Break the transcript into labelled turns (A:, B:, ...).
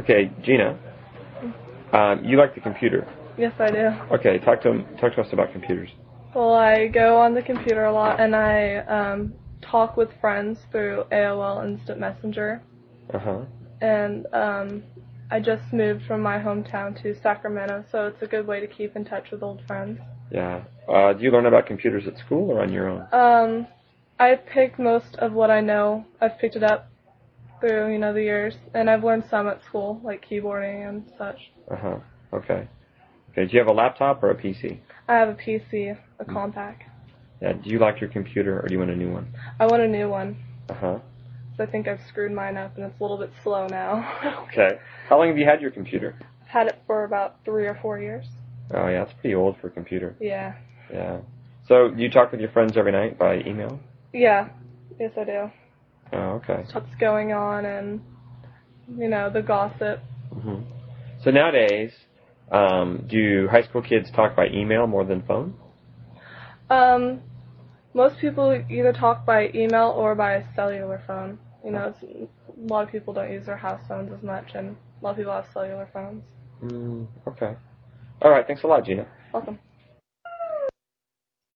A: Okay, Gina, um, you like the computer.
B: Yes, I do.
A: Okay, talk to talk to us about computers.
B: Well, I go on the computer a lot and I um, talk with friends through AOL Instant Messenger.
A: Uh huh.
B: And um, I just moved from my hometown to Sacramento, so it's a good way to keep in touch with old friends.
A: Yeah. Uh, do you learn about computers at school or on your own?
B: Um, I picked most of what I know. I've picked it up through you know the years, and I've learned some at school, like keyboarding and such.
A: Uh huh. Okay. Okay. Do you have a laptop or a PC?
B: I have a PC, a Compaq.
A: Yeah. Do you like your computer or do you want a new one?
B: I want a new one,
A: Uh huh.
B: 'cause I think I've screwed mine up, and it's a little bit slow now.
A: Okay. How long have you had your computer?
B: I've had it for about three or four years.
A: Oh yeah, it's pretty old for a computer.
B: Yeah,
A: Yeah. So you talk with your friends every night by email?
B: yeah, yes I do.
A: Oh, okay.
B: What's going on, and you know the gossip.
A: hmm So nowadays, um, do high school kids talk by email more than phone?
B: Um, most people either talk by email or by cellular phone. You know, it's, a lot of people don't use their house phones as much, and a lot of people have cellular phones.
A: Mm, okay. All right. Thanks a lot, Gina.
B: Welcome.